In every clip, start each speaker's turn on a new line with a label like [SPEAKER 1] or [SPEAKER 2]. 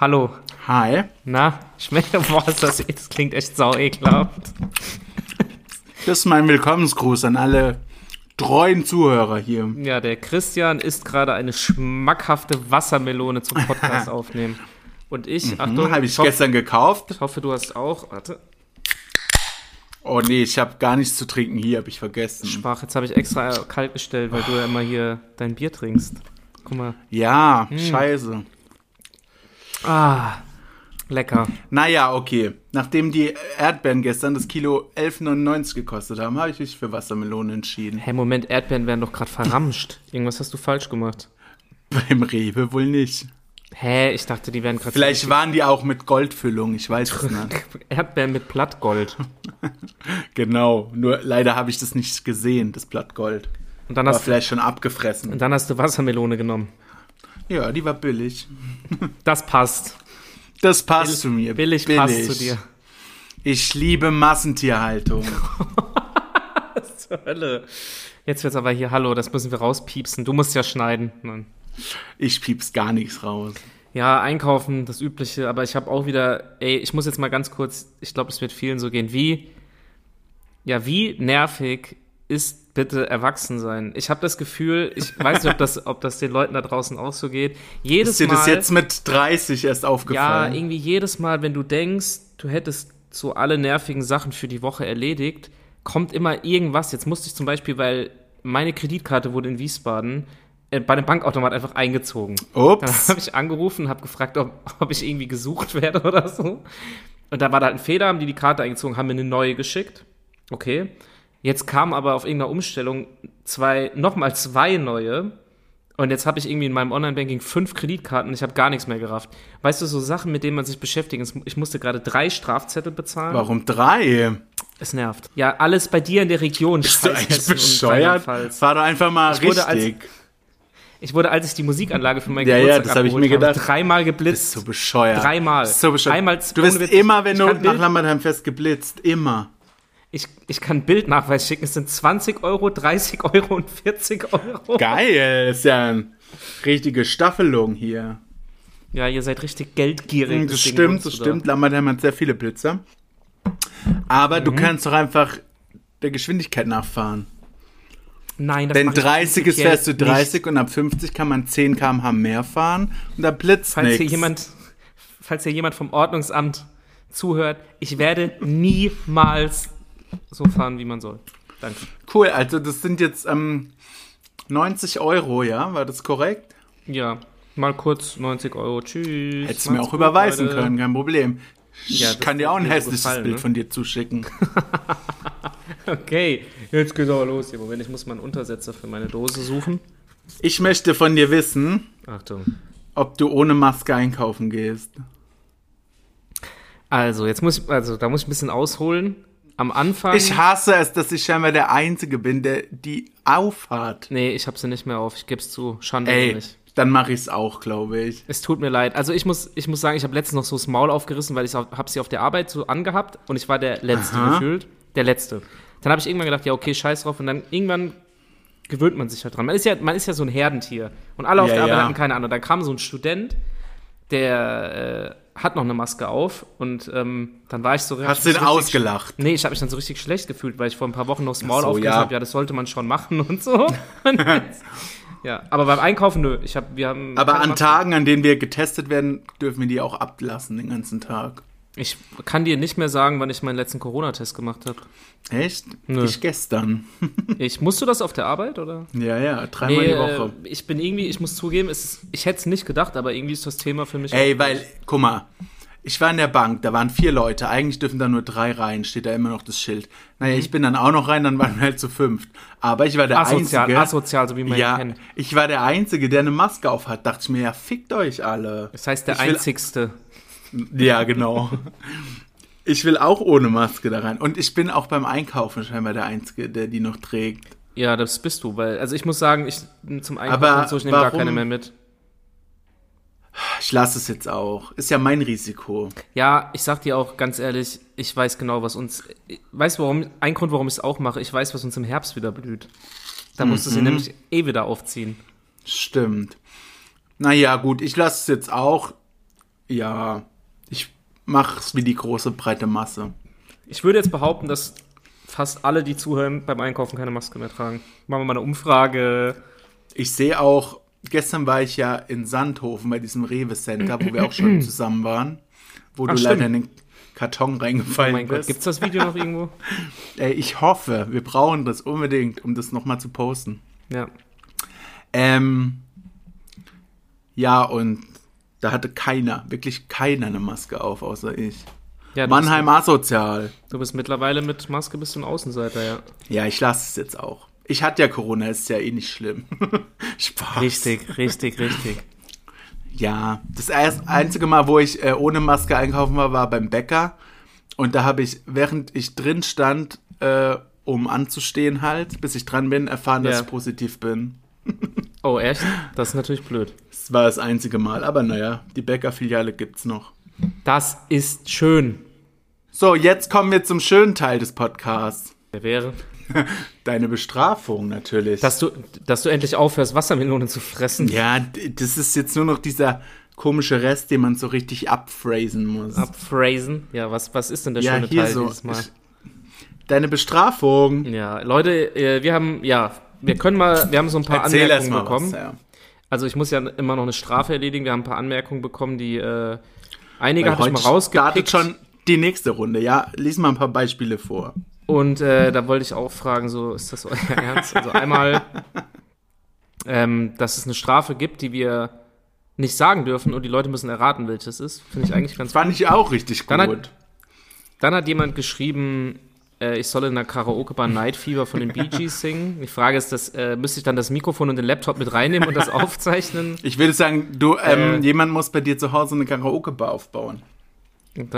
[SPEAKER 1] Hallo.
[SPEAKER 2] Hi.
[SPEAKER 1] Na, schmeckt boah, ist das, das klingt echt sau ekelhaft.
[SPEAKER 2] Das ist mein Willkommensgruß an alle treuen Zuhörer hier. Hm,
[SPEAKER 1] Ja, der Christian isst gerade eine schmackhafte Wassermelone zum Podcast aufnehmen. Und ich, Achtung,
[SPEAKER 2] Habe Mhm, ich gestern gekauft.
[SPEAKER 1] ich hoffe, du hast auch. Warte,
[SPEAKER 2] Oh nee, ich habe gar nichts zu trinken hier, habe ich vergessen.
[SPEAKER 1] Schwach, jetzt habe ich extra kalt gestellt, weil du ja immer hier dein Bier trinkst. Guck mal.
[SPEAKER 2] Ja,
[SPEAKER 1] Hm.
[SPEAKER 2] scheiße.
[SPEAKER 1] Ah, lecker.
[SPEAKER 2] Naja, okay. Nachdem die Erdbeeren gestern das Kilo 11,99 gekostet haben, habe ich mich für Wassermelone entschieden.
[SPEAKER 1] Hey, Moment, Erdbeeren werden doch gerade verramscht. Irgendwas hast du falsch gemacht.
[SPEAKER 2] Beim Rewe wohl nicht.
[SPEAKER 1] Hä, ich dachte, die werden gerade.
[SPEAKER 2] Vielleicht waren die auch mit Goldfüllung, ich weiß es nicht.
[SPEAKER 1] Erdbeeren mit Blattgold.
[SPEAKER 2] Genau, nur leider habe ich das nicht gesehen, das Blatt Gold.
[SPEAKER 1] Und dann
[SPEAKER 2] War
[SPEAKER 1] hast, Hm.
[SPEAKER 2] vielleicht schon
[SPEAKER 1] und
[SPEAKER 2] abgefressen.
[SPEAKER 1] dann hast du Wassermelone genommen.
[SPEAKER 2] Ja, die war billig.
[SPEAKER 1] Das passt.
[SPEAKER 2] Das passt zu mir.
[SPEAKER 1] Billig, passt zu dir.
[SPEAKER 2] Ich liebe Massentierhaltung.
[SPEAKER 1] Zur Hölle. Jetzt wird's aber hier, hallo, das müssen wir rauspiepsen. Du musst ja schneiden. Nein.
[SPEAKER 2] Ich pieps gar nichts raus.
[SPEAKER 1] Ja, einkaufen, das Übliche, aber ich habe auch wieder, ey, ich muss jetzt mal ganz kurz, ich glaube, es wird vielen so gehen. Wie, ja, wie nervig ist bitte Erwachsensein? Ich habe das Gefühl, ich weiß nicht, ob das, ob das den Leuten da draußen auch so geht. Jedes
[SPEAKER 2] Ist dir
[SPEAKER 1] Mal,
[SPEAKER 2] das jetzt mit 30 erst
[SPEAKER 1] ja,
[SPEAKER 2] aufgefallen?
[SPEAKER 1] irgendwie jedes Mal, wenn du denkst, du hättest so alle nervigen Sachen für die Woche erledigt, kommt immer irgendwas. Jetzt musste ich zum Beispiel, weil meine Kreditkarte wurde in Wiesbaden äh, bei einem Bankautomat einfach eingezogen. Dann
[SPEAKER 2] Ups.
[SPEAKER 1] habe ich angerufen, habe gefragt, ob, ob ich irgendwie gesucht werde oder so. Und da war da halt ein Fehler, haben die die Karte eingezogen, haben mir eine neue geschickt. Okay. Jetzt kamen aber auf irgendeiner Umstellung zwei, nochmal zwei neue. Und jetzt habe ich irgendwie in meinem Online-Banking fünf Kreditkarten und ich habe gar nichts mehr gerafft. Weißt du, so Sachen, mit denen man sich beschäftigen. Ich musste gerade drei Strafzettel bezahlen.
[SPEAKER 2] Warum drei?
[SPEAKER 1] Es nervt. Ja, alles bei dir in der Region.
[SPEAKER 2] Bist du
[SPEAKER 1] Scheiß
[SPEAKER 2] eigentlich
[SPEAKER 1] Hessen und
[SPEAKER 2] bescheuert?
[SPEAKER 1] Rheinland-Pfalz.
[SPEAKER 2] Fahr doch einfach mal
[SPEAKER 1] Ich wurde als-
[SPEAKER 2] richtig.
[SPEAKER 1] Ich wurde, als ich die Musikanlage für meinen
[SPEAKER 2] Ja, ja,
[SPEAKER 1] Geburtstag
[SPEAKER 2] das hab ich
[SPEAKER 1] abgeholt
[SPEAKER 2] mir
[SPEAKER 1] habe,
[SPEAKER 2] gedacht.
[SPEAKER 1] dreimal geblitzt.
[SPEAKER 2] Bist du bescheuert?
[SPEAKER 1] Dreimal.
[SPEAKER 2] Bist du bescheuert?
[SPEAKER 1] Einmal-
[SPEAKER 2] du wirst
[SPEAKER 1] ohne Witz.
[SPEAKER 2] immer, wenn
[SPEAKER 1] Ich
[SPEAKER 2] du
[SPEAKER 1] kann
[SPEAKER 2] nach
[SPEAKER 1] Bild-
[SPEAKER 2] Lammernheim fest geblitzt. Immer.
[SPEAKER 1] Ich, ich kann Bildnachweis schicken. Es sind 20 Euro, 30 Euro und 40 Euro.
[SPEAKER 2] Geil. Ist ja eine richtige Staffelung hier.
[SPEAKER 1] Ja, ihr seid richtig geldgierig.
[SPEAKER 2] Das
[SPEAKER 1] deswegen
[SPEAKER 2] Hm, stimmt,
[SPEAKER 1] wohnst
[SPEAKER 2] das
[SPEAKER 1] du da.
[SPEAKER 2] stimmt. Lammerdheim hat sehr viele Blitzer. Aber
[SPEAKER 1] Mhm.
[SPEAKER 2] du kannst doch einfach der Geschwindigkeit nachfahren.
[SPEAKER 1] Nein, das
[SPEAKER 2] Wenn
[SPEAKER 1] mach ich
[SPEAKER 2] 30 ist,
[SPEAKER 1] prinzipiell
[SPEAKER 2] fährst du
[SPEAKER 1] nicht.
[SPEAKER 2] 30 und ab 50 kann man 10 km/h mehr fahren und da blitzt
[SPEAKER 1] Falls hier,
[SPEAKER 2] nichts.
[SPEAKER 1] jemand, falls hier jemand vom Ordnungsamt zuhört, ich werde niemals so fahren, wie man soll. Danke.
[SPEAKER 2] Cool, also das sind jetzt ähm, 90 Euro, ja? War das korrekt?
[SPEAKER 1] Ja, mal kurz 90 Euro. Tschüss.
[SPEAKER 2] Hättest
[SPEAKER 1] Macht's
[SPEAKER 2] du mir auch
[SPEAKER 1] gut,
[SPEAKER 2] überweisen
[SPEAKER 1] Leute.
[SPEAKER 2] können, kein Problem.
[SPEAKER 1] Ja,
[SPEAKER 2] ich
[SPEAKER 1] das
[SPEAKER 2] kann dir
[SPEAKER 1] hat
[SPEAKER 2] auch ein
[SPEAKER 1] mir so
[SPEAKER 2] hässliches
[SPEAKER 1] gefallen,
[SPEAKER 2] Bild
[SPEAKER 1] ne?
[SPEAKER 2] von dir zuschicken.
[SPEAKER 1] Okay, jetzt geht's aber los. hier. Moment, ich muss mal einen Untersetzer für meine Dose suchen.
[SPEAKER 2] Ich möchte von dir wissen,
[SPEAKER 1] Achtung.
[SPEAKER 2] ob du ohne Maske einkaufen gehst.
[SPEAKER 1] Also, jetzt muss ich, also da muss ich ein bisschen ausholen. Am Anfang.
[SPEAKER 2] Ich hasse es, dass ich scheinbar der Einzige bin, der die aufhat.
[SPEAKER 1] Nee, ich hab sie nicht mehr auf. Ich geb's zu. Schande über
[SPEAKER 2] Ey,
[SPEAKER 1] mich.
[SPEAKER 2] dann mache ich es auch, glaube ich.
[SPEAKER 1] Es tut mir leid. Also ich muss, ich muss sagen, ich habe letztens noch so das Maul aufgerissen, weil ich hab hab sie auf der Arbeit so angehabt und ich war der Letzte
[SPEAKER 2] Aha.
[SPEAKER 1] gefühlt. Der Letzte. Dann habe ich irgendwann gedacht, ja, okay, scheiß drauf. Und dann irgendwann gewöhnt man sich halt dran. Man ist ja, man ist ja so ein Herdentier. Und alle auf
[SPEAKER 2] Ja,
[SPEAKER 1] der Arbeit
[SPEAKER 2] ja.
[SPEAKER 1] hatten keine Ahnung. Da kam so ein Student, der äh, hat noch eine Maske auf und ähm, dann war ich so
[SPEAKER 2] Hast du
[SPEAKER 1] richtig-
[SPEAKER 2] den ausgelacht?
[SPEAKER 1] Nee, ich habe mich dann so richtig schlecht gefühlt, weil ich vor ein paar Wochen noch das
[SPEAKER 2] Ach
[SPEAKER 1] Maul
[SPEAKER 2] so,
[SPEAKER 1] aufgerissen
[SPEAKER 2] ja.
[SPEAKER 1] habe. Ja, das sollte man schon machen und so. Und jetzt- ja, aber beim Einkaufen, nö. Ich hab, wir haben
[SPEAKER 2] Aber
[SPEAKER 1] keine
[SPEAKER 2] an
[SPEAKER 1] Maske.
[SPEAKER 2] Tagen, an denen wir getestet werden, dürfen wir die auch ablassen den ganzen Tag.
[SPEAKER 1] Ich kann dir nicht mehr sagen, wann ich meinen letzten Corona-Test gemacht habe.
[SPEAKER 2] Echt?
[SPEAKER 1] Nö.
[SPEAKER 2] Ich gestern.
[SPEAKER 1] Ich musste das auf der Arbeit, oder?
[SPEAKER 2] Ja, ja, dreimal die Woche.
[SPEAKER 1] äh, ich bin irgendwie, ich muss zugeben, es ist, ich hätte es nicht gedacht, aber irgendwie ist das Thema für mich.
[SPEAKER 2] Ey, weil, guck mal, ich war in der Bank, da waren vier Leute, eigentlich dürfen da nur drei rein, steht da immer noch das Schild.
[SPEAKER 1] Mhm.
[SPEAKER 2] Naja, ich bin dann auch noch rein, dann waren wir halt zu fünft. Aber ich war der
[SPEAKER 1] asozial,
[SPEAKER 2] Einzige.
[SPEAKER 1] asozial, so wie man ihn
[SPEAKER 2] ja,
[SPEAKER 1] kennt.
[SPEAKER 2] ich war der Einzige, der eine Maske auf hat. Dachte ich mir, ja, fickt euch alle.
[SPEAKER 1] Das heißt, der
[SPEAKER 2] Ich will
[SPEAKER 1] Einzigste.
[SPEAKER 2] Ja, genau. Ich will auch ohne Maske da rein. Und ich bin auch beim Einkaufen scheinbar der Einzige, der die noch trägt.
[SPEAKER 1] Ja, das bist du, weil, also ich muss sagen, ich zum Einkaufen
[SPEAKER 2] Aber
[SPEAKER 1] und so, ich nehme gar
[SPEAKER 2] warum-
[SPEAKER 1] keine mehr mit.
[SPEAKER 2] Ich lasse es jetzt auch. Ist ja mein Risiko.
[SPEAKER 1] Ja, ich sag dir auch ganz ehrlich, ich weiß genau, was uns. Weißt du, warum? Ein Grund, warum ich es auch mache, ich weiß, was uns im Herbst wieder blüht. Da musst du sie nämlich eh wieder aufziehen.
[SPEAKER 2] Stimmt. Naja, gut, ich lasse es jetzt auch. Ja, ich mach's wie die große breite Masse.
[SPEAKER 1] Ich würde jetzt behaupten, dass fast alle, die zuhören, beim Einkaufen keine Maske mehr tragen. Machen wir mal eine Umfrage.
[SPEAKER 2] Ich sehe auch, gestern war ich ja in Sandhofen bei diesem Rewe Center, wo wir auch schon zusammen waren, wo
[SPEAKER 1] Ach,
[SPEAKER 2] du
[SPEAKER 1] stimmt.
[SPEAKER 2] leider in den Karton
[SPEAKER 1] Oh
[SPEAKER 2] reingefallen
[SPEAKER 1] mein Gott,
[SPEAKER 2] bist.
[SPEAKER 1] gibt's das Video noch irgendwo?
[SPEAKER 2] Ey, ich hoffe, wir brauchen das unbedingt, um das nochmal zu posten.
[SPEAKER 1] Ja.
[SPEAKER 2] Ähm, ja, und da hatte keiner, wirklich keiner eine Maske auf, außer ich.
[SPEAKER 1] ja du
[SPEAKER 2] Mannheim asozial.
[SPEAKER 1] Bist, du bist mittlerweile mit Maske bist du ein Außenseiter, ja.
[SPEAKER 2] Ja, ich lasse es jetzt auch. Ich hatte ja Corona, ist ja eh nicht schlimm. Spaß.
[SPEAKER 1] Richtig, richtig, richtig.
[SPEAKER 2] Ja, das erst- einzige Mal, wo ich äh, ohne Maske einkaufen war, war beim Bäcker. Und da habe ich, während ich drin stand, äh, um anzustehen halt, bis ich dran bin, erfahren, dass
[SPEAKER 1] Ja.
[SPEAKER 2] ich positiv bin.
[SPEAKER 1] Oh, echt? Das ist natürlich blöd.
[SPEAKER 2] Das war das einzige Mal. Aber naja, die Bäckerfiliale gibt's noch.
[SPEAKER 1] Das ist schön.
[SPEAKER 2] So, jetzt kommen wir zum schönen Teil des Podcasts.
[SPEAKER 1] Der wäre,
[SPEAKER 2] Deine Bestrafung natürlich.
[SPEAKER 1] dass du, dass du endlich aufhörst, Wassermelonen zu fressen.
[SPEAKER 2] ja, d- das ist jetzt nur noch dieser komische Rest, den man so richtig abphrasen muss.
[SPEAKER 1] Abphrasen. Ja, was, was ist denn der
[SPEAKER 2] ja,
[SPEAKER 1] schöne
[SPEAKER 2] hier
[SPEAKER 1] Teil
[SPEAKER 2] so.
[SPEAKER 1] dieses Mal?
[SPEAKER 2] Ich, deine Bestrafung.
[SPEAKER 1] Ja, Leute, äh, wir haben, ja, wir können mal, wir haben so ein paar
[SPEAKER 2] Erzähl erst
[SPEAKER 1] Anmerkungen bekommen.
[SPEAKER 2] mal was. Ja.
[SPEAKER 1] Also ich muss ja immer noch eine Strafe erledigen. Wir haben ein paar Anmerkungen bekommen, die äh, einige
[SPEAKER 2] Weil
[SPEAKER 1] habe ich
[SPEAKER 2] heute
[SPEAKER 1] mal rausgepickt.
[SPEAKER 2] startet schon die nächste Runde. Ja, lies mal ein paar Beispiele vor.
[SPEAKER 1] Und äh, da wollte ich auch fragen, so ist das euer Ernst? Also einmal, ähm, dass es eine Strafe gibt, die wir nicht sagen dürfen und die Leute müssen erraten, welches ist. Finde ich eigentlich ganz
[SPEAKER 2] Fand ich auch richtig gut.
[SPEAKER 1] Dann hat- Dann hat jemand geschrieben, äh, ich solle in einer Karaoke-Bar Night Fever von den Bee Gees singen. Die Frage ist, das, äh, müsste ich dann das Mikrofon und den Laptop mit reinnehmen und das aufzeichnen?
[SPEAKER 2] ich würde sagen, du, ähm,
[SPEAKER 1] Äh.
[SPEAKER 2] jemand muss bei dir zu Hause eine Karaoke-Bar aufbauen.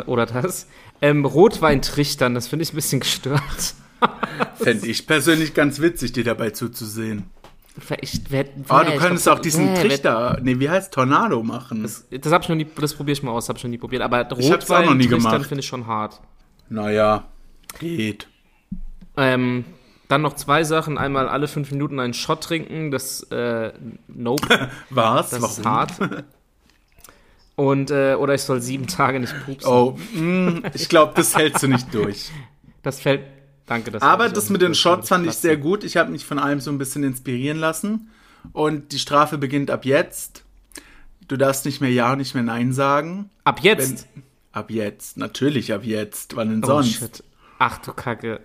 [SPEAKER 1] Oder das? Ähm, Rotwein trichtern, das finde ich ein bisschen gestört.
[SPEAKER 2] Fände ich persönlich ganz witzig, dir dabei zuzusehen.
[SPEAKER 1] Ich werd,
[SPEAKER 2] Oh,
[SPEAKER 1] nee,
[SPEAKER 2] du
[SPEAKER 1] ich
[SPEAKER 2] könntest
[SPEAKER 1] glaub,
[SPEAKER 2] auch diesen
[SPEAKER 1] nee,
[SPEAKER 2] Trichter, nee, wie heißt Tornado machen?
[SPEAKER 1] Das habe ich noch nie, das probiere ich mal aus, habe ich noch nie probiert. Aber
[SPEAKER 2] Ich hab's auch
[SPEAKER 1] Rotwein
[SPEAKER 2] noch nie
[SPEAKER 1] trichtern
[SPEAKER 2] gemacht.
[SPEAKER 1] finde ich schon hart.
[SPEAKER 2] Naja, geht.
[SPEAKER 1] Ähm, dann noch zwei Sachen. Einmal alle fünf Minuten einen Shot trinken. Das, äh, nope,
[SPEAKER 2] Was?
[SPEAKER 1] das
[SPEAKER 2] Warum?
[SPEAKER 1] ist hart. Und, äh, oder ich soll sieben Tage nicht pupsen.
[SPEAKER 2] Oh, mm, ich glaube, das hältst du nicht durch.
[SPEAKER 1] Das fällt. Danke, das
[SPEAKER 2] Aber
[SPEAKER 1] fällt so
[SPEAKER 2] das
[SPEAKER 1] nicht
[SPEAKER 2] mit den
[SPEAKER 1] durch,
[SPEAKER 2] Shots
[SPEAKER 1] fand
[SPEAKER 2] fand ich
[SPEAKER 1] klasse.
[SPEAKER 2] sehr gut. Ich habe mich von allem so ein bisschen inspirieren lassen. Und die Strafe beginnt ab jetzt. Du darfst nicht mehr Ja und nicht mehr Nein sagen.
[SPEAKER 1] Ab
[SPEAKER 2] Wenn,
[SPEAKER 1] jetzt.
[SPEAKER 2] ab jetzt, natürlich ab jetzt. Wann denn
[SPEAKER 1] oh,
[SPEAKER 2] sonst?
[SPEAKER 1] shit. Ach du Kacke.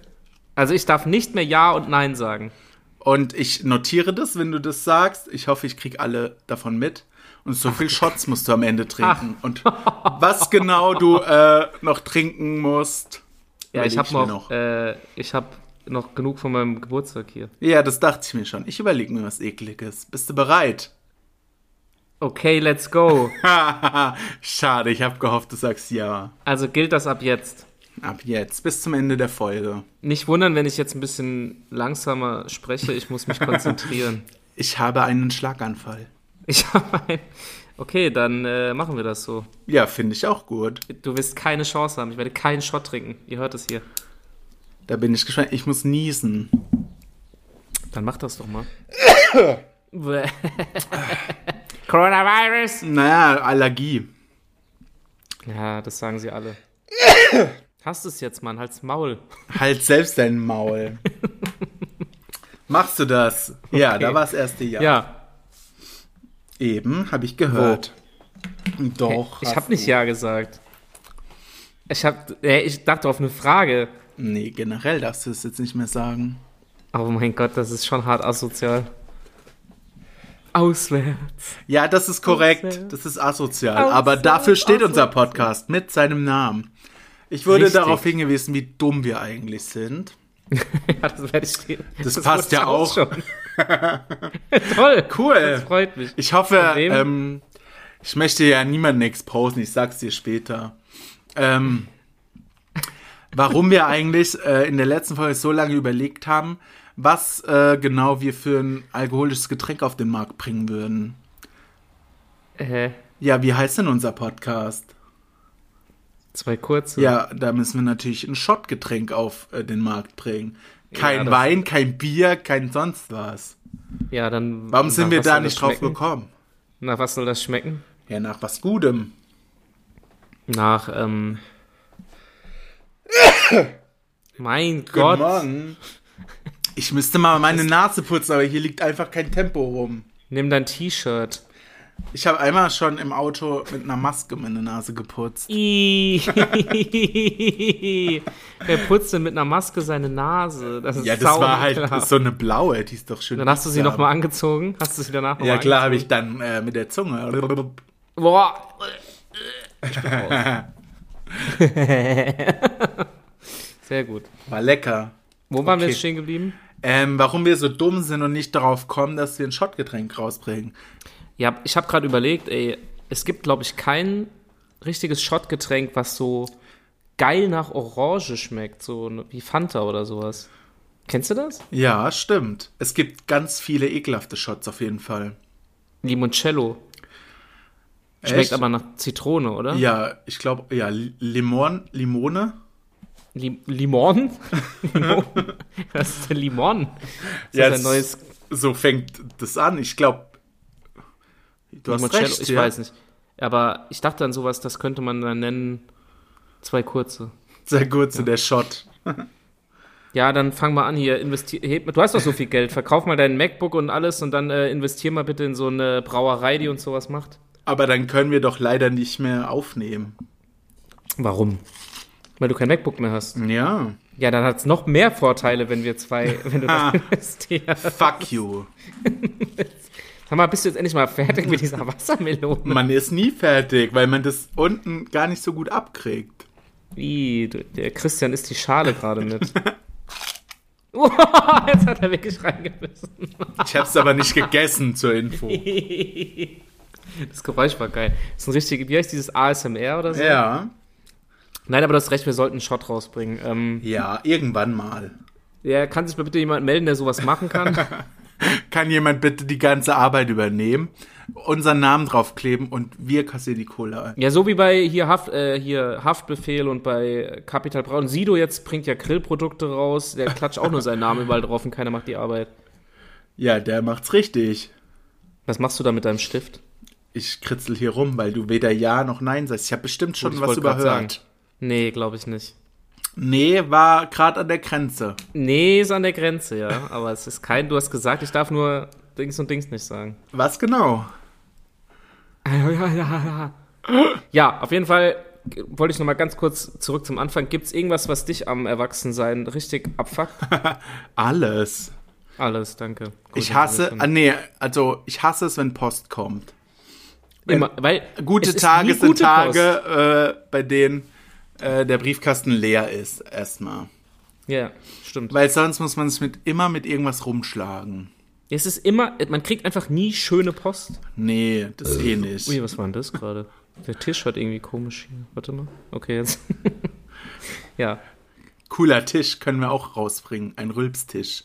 [SPEAKER 1] Also ich darf nicht mehr Ja und Nein sagen.
[SPEAKER 2] Und ich notiere das, wenn du das sagst. Ich hoffe, ich krieg alle davon mit. Und so viel Shots musst du am Ende trinken.
[SPEAKER 1] Ah.
[SPEAKER 2] Und was genau du äh, noch trinken musst.
[SPEAKER 1] Ja, ich
[SPEAKER 2] überleg
[SPEAKER 1] habe
[SPEAKER 2] mir
[SPEAKER 1] noch, Äh, ich habe noch genug von meinem Geburtstag hier.
[SPEAKER 2] Ja, das dachte ich mir schon. Ich überlege mir was Ekliges. Bist du bereit?
[SPEAKER 1] Okay, let's go.
[SPEAKER 2] Schade, ich habe gehofft, du sagst ja.
[SPEAKER 1] Also gilt das ab jetzt.
[SPEAKER 2] Ab jetzt, bis zum Ende der Folge.
[SPEAKER 1] Nicht wundern, wenn ich jetzt ein bisschen langsamer spreche. Ich muss mich konzentrieren.
[SPEAKER 2] Ich habe einen Schlaganfall.
[SPEAKER 1] Ich habe ein. Okay, dann äh, machen wir das so.
[SPEAKER 2] Ja, finde ich auch gut.
[SPEAKER 1] Du wirst keine Chance haben. Ich werde keinen Shot trinken. Ihr hört es hier.
[SPEAKER 2] Da bin ich gespannt. Ich muss niesen.
[SPEAKER 1] Dann mach das doch mal. Bäh. Coronavirus!
[SPEAKER 2] Naja, Allergie.
[SPEAKER 1] Ja, das sagen sie alle. Hast es jetzt, Mann, halt's Maul.
[SPEAKER 2] Halt selbst dein Maul. Machst du das? Ja,
[SPEAKER 1] Okay.
[SPEAKER 2] da war das erste Jahr.
[SPEAKER 1] Ja,
[SPEAKER 2] Eben, habe ich gehört. Doch.
[SPEAKER 1] ich
[SPEAKER 2] hast
[SPEAKER 1] hab nicht
[SPEAKER 2] du.
[SPEAKER 1] Ja gesagt. Ich hab, äh, ich dachte auf eine Frage.
[SPEAKER 2] Nee, generell darfst du es jetzt nicht mehr sagen.
[SPEAKER 1] Oh mein Gott, das ist schon hart asozial. Auswärts.
[SPEAKER 2] Ja, das ist korrekt.
[SPEAKER 1] Asozial.
[SPEAKER 2] Das ist asozial.
[SPEAKER 1] Asozial,
[SPEAKER 2] Aber dafür steht unser
[SPEAKER 1] asozial.
[SPEAKER 2] Podcast mit seinem Namen. Ich wurde
[SPEAKER 1] Richtig.
[SPEAKER 2] darauf hingewiesen, wie dumm wir eigentlich sind.
[SPEAKER 1] ja, das werde ich stehen.
[SPEAKER 2] Das passt ja auch.
[SPEAKER 1] Toll,
[SPEAKER 2] Cool.
[SPEAKER 1] das freut mich.
[SPEAKER 2] Ich hoffe,
[SPEAKER 1] Von wem?
[SPEAKER 2] ähm, ich möchte ja niemanden exposen, ich sag's dir später. Ähm, warum wir eigentlich äh, in der letzten Folge so lange überlegt haben, was äh, genau wir für ein alkoholisches Getränk auf den Markt bringen würden.
[SPEAKER 1] Äh,
[SPEAKER 2] Ja, wie heißt denn unser Podcast?
[SPEAKER 1] zwei kurze.
[SPEAKER 2] Ja, da müssen wir natürlich ein Schottgetränk auf äh, den Markt bringen. Kein
[SPEAKER 1] Ja, das-
[SPEAKER 2] Wein, kein Bier, kein sonst was.
[SPEAKER 1] ja dann.
[SPEAKER 2] Warum sind
[SPEAKER 1] nach
[SPEAKER 2] wir
[SPEAKER 1] was
[SPEAKER 2] da
[SPEAKER 1] soll das
[SPEAKER 2] nicht drauf
[SPEAKER 1] schmecken?
[SPEAKER 2] gekommen?
[SPEAKER 1] Nach was soll das schmecken?
[SPEAKER 2] Ja, nach was Gutem.
[SPEAKER 1] nach. Ähm, mein
[SPEAKER 2] Guten
[SPEAKER 1] Gott.
[SPEAKER 2] Morgen. Ich müsste mal meine Nase putzen, aber hier liegt einfach kein Tempo rum.
[SPEAKER 1] Nimm dein T-Shirt.
[SPEAKER 2] Ich habe einmal schon im Auto mit einer Maske meine Nase geputzt.
[SPEAKER 1] Ih. Wer putzt denn mit einer Maske seine Nase? Das ist
[SPEAKER 2] Ja, das war halt
[SPEAKER 1] sauekelhaft.
[SPEAKER 2] so eine blaue, die ist doch schön.
[SPEAKER 1] Dann hast du sie
[SPEAKER 2] bitter.
[SPEAKER 1] nochmal angezogen? Hast du sie danach nochmal
[SPEAKER 2] Ja, klar, habe ich dann äh, mit der Zunge.
[SPEAKER 1] Boah. Sehr gut.
[SPEAKER 2] War lecker.
[SPEAKER 1] Wo waren wir
[SPEAKER 2] Okay.
[SPEAKER 1] jetzt stehen geblieben?
[SPEAKER 2] Ähm, warum wir so dumm sind und nicht darauf kommen, dass wir ein Schottgetränk rausbringen.
[SPEAKER 1] Ja, ich habe gerade überlegt, ey, es gibt, glaube ich, kein richtiges Schottgetränk, was so geil nach Orange schmeckt, so wie Fanta oder sowas. Kennst du das?
[SPEAKER 2] Ja, stimmt. Es gibt ganz viele ekelhafte Shots auf jeden Fall.
[SPEAKER 1] Limoncello. Schmeckt
[SPEAKER 2] Echt?
[SPEAKER 1] aber nach Zitrone, oder?
[SPEAKER 2] Ja, ich glaube, ja, Li- Limon, Limone.
[SPEAKER 1] Lim Limon? Limon? Was ist denn Limon? Ist
[SPEAKER 2] Ja,
[SPEAKER 1] das
[SPEAKER 2] es-
[SPEAKER 1] ein neues
[SPEAKER 2] So fängt das an. Ich glaube, du hast
[SPEAKER 1] Limoncello?
[SPEAKER 2] recht.
[SPEAKER 1] ich
[SPEAKER 2] ja.
[SPEAKER 1] weiß nicht. Aber ich dachte an sowas, das könnte man dann nennen zwei kurze.
[SPEAKER 2] Sehr gut, so der Shot.
[SPEAKER 1] Ja, dann fang mal an hier. Investier heb, du hast doch so viel Geld. Verkauf mal dein MacBook und alles und dann äh, investier mal bitte in so eine Brauerei, die uns sowas macht.
[SPEAKER 2] Aber dann können wir doch leider nicht mehr aufnehmen.
[SPEAKER 1] Warum? Weil du kein MacBook mehr hast.
[SPEAKER 2] Ja.
[SPEAKER 1] Ja, dann hat's noch mehr Vorteile, wenn wir zwei, wenn du das investierst.
[SPEAKER 2] Fuck you.
[SPEAKER 1] Sag mal, bist du jetzt endlich mal fertig mit dieser Wassermelone?
[SPEAKER 2] Man ist nie fertig, weil man das unten gar nicht so gut abkriegt.
[SPEAKER 1] Ih, du, der Christian isst die Schale gerade mit. Oh, jetzt hat er wirklich reingebissen.
[SPEAKER 2] Ich hab's aber nicht gegessen zur Info.
[SPEAKER 1] Das Geräusch war geil. Das ist ein richtig, wie heißt dieses ASMR oder so?
[SPEAKER 2] Ja.
[SPEAKER 1] Nein, aber du hast recht, wir sollten einen Shot rausbringen. Ähm,
[SPEAKER 2] Ja, irgendwann mal.
[SPEAKER 1] ja, kann sich mal bitte jemand melden, der sowas machen kann?
[SPEAKER 2] Kann jemand bitte die ganze Arbeit übernehmen, unseren Namen draufkleben und wir kassieren die Kohle ein?
[SPEAKER 1] ja, so wie bei hier, Haft, äh, hier Haftbefehl und bei Capital Bra. Und Sido jetzt bringt ja Grillprodukte raus. Der klatscht auch nur seinen Namen überall drauf und keiner macht die Arbeit.
[SPEAKER 2] Ja, der macht's richtig.
[SPEAKER 1] Was machst du da mit deinem Stift?
[SPEAKER 2] Ich kritzel hier rum, weil du weder Ja noch Nein sagst. Ich habe bestimmt schon
[SPEAKER 1] Gut, Oh, ich
[SPEAKER 2] was
[SPEAKER 1] wollte grad
[SPEAKER 2] überhört.
[SPEAKER 1] sagen. Nee, glaube ich nicht.
[SPEAKER 2] Nee, war gerade an der Grenze.
[SPEAKER 1] Nee, ist an der Grenze, ja. Aber es ist kein, du hast gesagt, ich darf nur Dings und Dings nicht sagen.
[SPEAKER 2] Was genau?
[SPEAKER 1] Ja, auf jeden Fall wollte ich nochmal ganz kurz zurück zum Anfang. Gibt es irgendwas, was dich am Erwachsensein richtig abfuckt?
[SPEAKER 2] Alles.
[SPEAKER 1] Alles, danke. Gut,
[SPEAKER 2] Ich
[SPEAKER 1] dann
[SPEAKER 2] hasse,
[SPEAKER 1] sind wir
[SPEAKER 2] ah, nee, also ich hasse es, wenn Post kommt.
[SPEAKER 1] schon- immer, weil
[SPEAKER 2] Gute
[SPEAKER 1] es ist
[SPEAKER 2] Tage
[SPEAKER 1] nie
[SPEAKER 2] sind
[SPEAKER 1] gute Post.
[SPEAKER 2] Tage, äh, bei denen äh, der Briefkasten leer ist, erstmal.
[SPEAKER 1] Ja, stimmt.
[SPEAKER 2] Weil sonst muss man sich mit, immer mit irgendwas rumschlagen.
[SPEAKER 1] Es ist immer, man kriegt einfach nie schöne Post.
[SPEAKER 2] Nee, das
[SPEAKER 1] Äh,
[SPEAKER 2] eh nicht.
[SPEAKER 1] Ui, was war denn das gerade? Der Tisch hat irgendwie komisch hier. Warte mal. Okay, jetzt. ja,
[SPEAKER 2] Cooler Tisch können wir auch rausbringen. Ein Rülpstisch.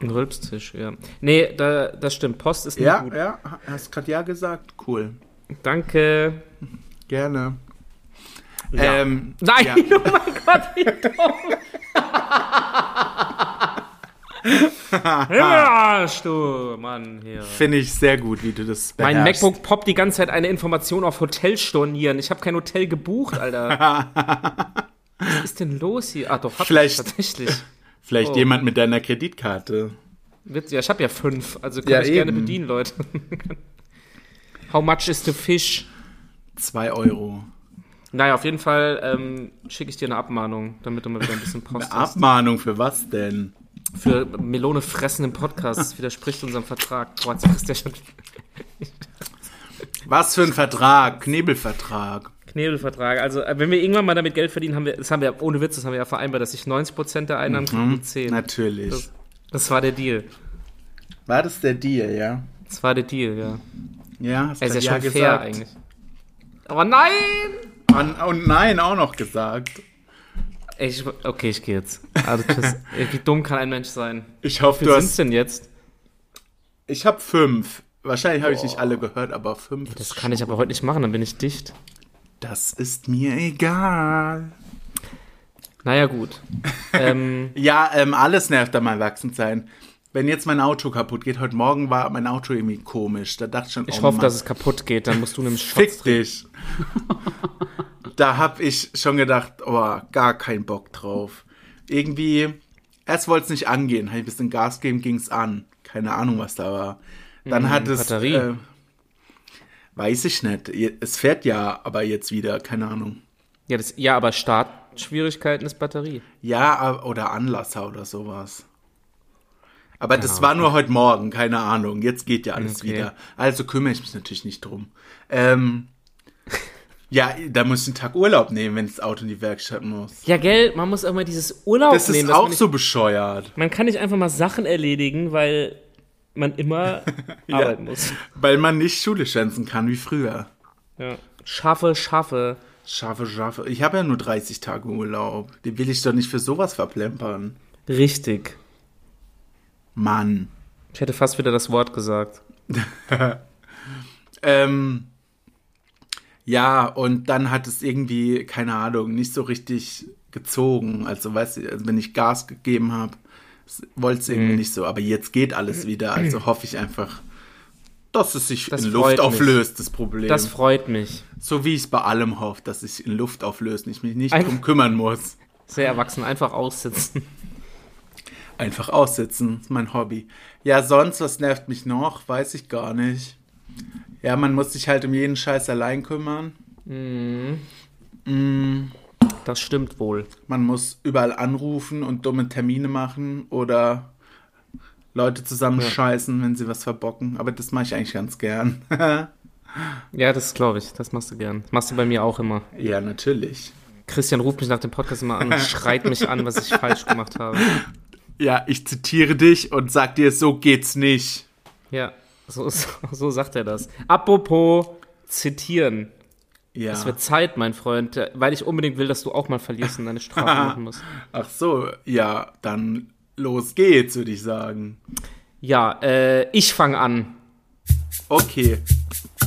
[SPEAKER 1] ein Rülpstisch, ja. Nee, da, das stimmt. Post ist nie
[SPEAKER 2] Ja,
[SPEAKER 1] gut.
[SPEAKER 2] ja, hast gerade ja gesagt. Cool.
[SPEAKER 1] Danke.
[SPEAKER 2] Gerne.
[SPEAKER 1] Ja.
[SPEAKER 2] Ähm,
[SPEAKER 1] Nein,
[SPEAKER 2] Ja.
[SPEAKER 1] oh mein Gott, wie dumm. Hörst du, Mann, hier.
[SPEAKER 2] finde ich sehr gut, wie du das
[SPEAKER 1] Mein
[SPEAKER 2] beherrschst.
[SPEAKER 1] MacBook poppt die ganze Zeit eine Information auf Hotel stornieren. Ich habe kein Hotel gebucht, Alter. Was ist denn los hier? Ah, doch, hab
[SPEAKER 2] Vielleicht-
[SPEAKER 1] ich tatsächlich.
[SPEAKER 2] Vielleicht
[SPEAKER 1] Oh.
[SPEAKER 2] jemand mit deiner Kreditkarte.
[SPEAKER 1] Witz- Ja, ich habe ja fünf, also kann
[SPEAKER 2] Ja,
[SPEAKER 1] ich gerne
[SPEAKER 2] eben.
[SPEAKER 1] bedienen, Leute. How much is the fish?
[SPEAKER 2] Zwei Euro.
[SPEAKER 1] Naja, auf jeden Fall ähm, schicke ich dir eine Abmahnung, damit du mal wieder ein bisschen Post hast.
[SPEAKER 2] Abmahnung für was denn?
[SPEAKER 1] Für Melone fressen im Podcast, das widerspricht unserem Vertrag. Boah, jetzt frisst der schon
[SPEAKER 2] Was für ein Vertrag? Knebelvertrag.
[SPEAKER 1] Knebelvertrag. Also, äh, wenn wir irgendwann mal damit Geld verdienen, haben wir, das haben wir, ohne Witz, das haben wir ja vereinbart, dass ich 90% der Einnahmen
[SPEAKER 2] Mhm.
[SPEAKER 1] kriege und 10.
[SPEAKER 2] Natürlich.
[SPEAKER 1] Das, das war der Deal.
[SPEAKER 2] War das der Deal, ja?
[SPEAKER 1] Das war der Deal, ja.
[SPEAKER 2] Ja, hast
[SPEAKER 1] Er ist ja,
[SPEAKER 2] grad
[SPEAKER 1] schon fair eigentlich. Aber nein!
[SPEAKER 2] Und, und nein, auch noch gesagt.
[SPEAKER 1] Ey, Ich, okay, ich gehe jetzt. Also tschüss. Ey, Wie dumm kann ein Mensch sein?
[SPEAKER 2] Ich hoffe,
[SPEAKER 1] Wie
[SPEAKER 2] du
[SPEAKER 1] viel sind's
[SPEAKER 2] hast.
[SPEAKER 1] denn jetzt?
[SPEAKER 2] Ich habe fünf. Wahrscheinlich habe ich nicht alle gehört, aber fünf.
[SPEAKER 1] Das kann ich aber heute nicht machen, dann bin ich dicht.
[SPEAKER 2] Das ist mir egal.
[SPEAKER 1] Naja, gut. ähm,
[SPEAKER 2] Ja, ähm, alles nervt am Erwachsensein. Wenn jetzt mein Auto kaputt geht, heute Morgen war mein Auto irgendwie komisch. Da dachte ich schon,
[SPEAKER 1] ich
[SPEAKER 2] oh
[SPEAKER 1] hoffe,
[SPEAKER 2] Mann,
[SPEAKER 1] dass es kaputt geht, dann musst du nämlich Shots
[SPEAKER 2] Fick
[SPEAKER 1] trinken.
[SPEAKER 2] dich. da habe ich schon gedacht, oh, gar keinen Bock drauf. Irgendwie, erst wollte es nicht angehen, habe ich ein bisschen Gas gegeben, ging es an. Keine Ahnung, was da war. Dann
[SPEAKER 1] Mm,
[SPEAKER 2] hat es.
[SPEAKER 1] Batterie.
[SPEAKER 2] Äh, weiß ich nicht. Je- Es fährt ja, aber jetzt wieder, keine Ahnung.
[SPEAKER 1] Ja, das, ja, aber Startschwierigkeiten ist Batterie.
[SPEAKER 2] Ja, a- oder Anlasser oder sowas. Aber das
[SPEAKER 1] Ahnung.
[SPEAKER 2] war nur heute Morgen, keine Ahnung. Jetzt geht ja alles
[SPEAKER 1] Okay.
[SPEAKER 2] wieder. Also kümmere ich mich natürlich nicht drum. Ähm, ja, da muss ich einen Tag Urlaub nehmen, wenn das Auto in die Werkstatt muss.
[SPEAKER 1] Ja, gell, man muss auch mal dieses Urlaub
[SPEAKER 2] Das
[SPEAKER 1] nehmen.
[SPEAKER 2] ist
[SPEAKER 1] dass
[SPEAKER 2] auch
[SPEAKER 1] man, nicht,
[SPEAKER 2] so bescheuert.
[SPEAKER 1] man kann nicht einfach mal Sachen erledigen, weil man immer arbeiten muss.
[SPEAKER 2] Weil man nicht Schule schwänzen kann wie früher.
[SPEAKER 1] Ja. Schaffe, schaffe.
[SPEAKER 2] Scharfe, scharfe. Ich habe ja nur 30 Tage Urlaub. Den will ich doch nicht für sowas verplempern.
[SPEAKER 1] Richtig.
[SPEAKER 2] Mann.
[SPEAKER 1] Ich hätte fast wieder das Wort gesagt.
[SPEAKER 2] Ähm, ja, und dann hat es irgendwie, keine Ahnung, nicht so richtig gezogen. Also, weißt du, also wenn ich Gas gegeben habe, wollte es irgendwie
[SPEAKER 1] Mhm.
[SPEAKER 2] nicht so. Aber jetzt geht alles wieder. Also hoffe ich einfach, dass es sich
[SPEAKER 1] Das
[SPEAKER 2] in
[SPEAKER 1] freut
[SPEAKER 2] Luft
[SPEAKER 1] mich.
[SPEAKER 2] auflöst, das Problem.
[SPEAKER 1] Das freut mich.
[SPEAKER 2] so wie ich es bei allem hoffe, dass es sich in Luft auflöst und ich mich nicht
[SPEAKER 1] Ein-
[SPEAKER 2] drum kümmern muss.
[SPEAKER 1] Sehr erwachsen, einfach aussitzen.
[SPEAKER 2] Einfach aussitzen, ist mein Hobby. Ja, sonst, was nervt mich noch? Weiß ich gar nicht. Ja, man muss sich halt um jeden Scheiß allein kümmern.
[SPEAKER 1] Das stimmt wohl.
[SPEAKER 2] Man muss überall anrufen und dumme Termine machen oder Leute zusammenscheißen, wenn sie was verbocken. Aber das mache ich eigentlich ganz gern.
[SPEAKER 1] Ja, das glaube ich. Das machst du gern. Das machst du bei mir auch immer.
[SPEAKER 2] ja, natürlich.
[SPEAKER 1] Christian ruft mich nach dem Podcast immer an und schreit mich an, was ich falsch gemacht habe.
[SPEAKER 2] Ja, ich zitiere dich und sag dir, so geht's nicht.
[SPEAKER 1] Ja, so, so, so sagt er das. Apropos zitieren.
[SPEAKER 2] Ja.
[SPEAKER 1] Es wird Zeit, mein Freund, weil ich unbedingt will, dass du auch mal verlierst und deine Strafe machen musst.
[SPEAKER 2] Ach so, ja, dann los geht's, würde ich sagen.
[SPEAKER 1] Ja, äh, ich fange an.
[SPEAKER 2] Okay.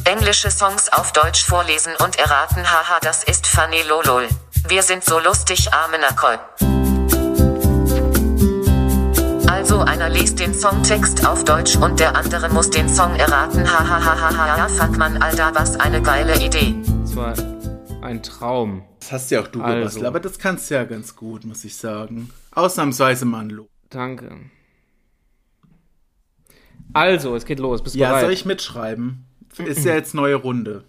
[SPEAKER 3] Englische Songs auf Deutsch vorlesen und erraten. Haha, das ist funny lolol. Wir sind so lustig, arme Nacol. Also einer liest den Songtext auf Deutsch und der andere muss den Song erraten. Hahaha, fand man Alter, was eine geile Idee.
[SPEAKER 1] Es war ein Traum.
[SPEAKER 2] Das hast ja auch du
[SPEAKER 1] Also.
[SPEAKER 2] gebastelt, aber das kannst du ja ganz gut, muss ich sagen. Ausnahmsweise mal ein Lob.
[SPEAKER 1] Danke. Also, es geht los. Bist du
[SPEAKER 2] Ja,
[SPEAKER 1] bereit?
[SPEAKER 2] soll ich mitschreiben? Ist ja jetzt neue Runde.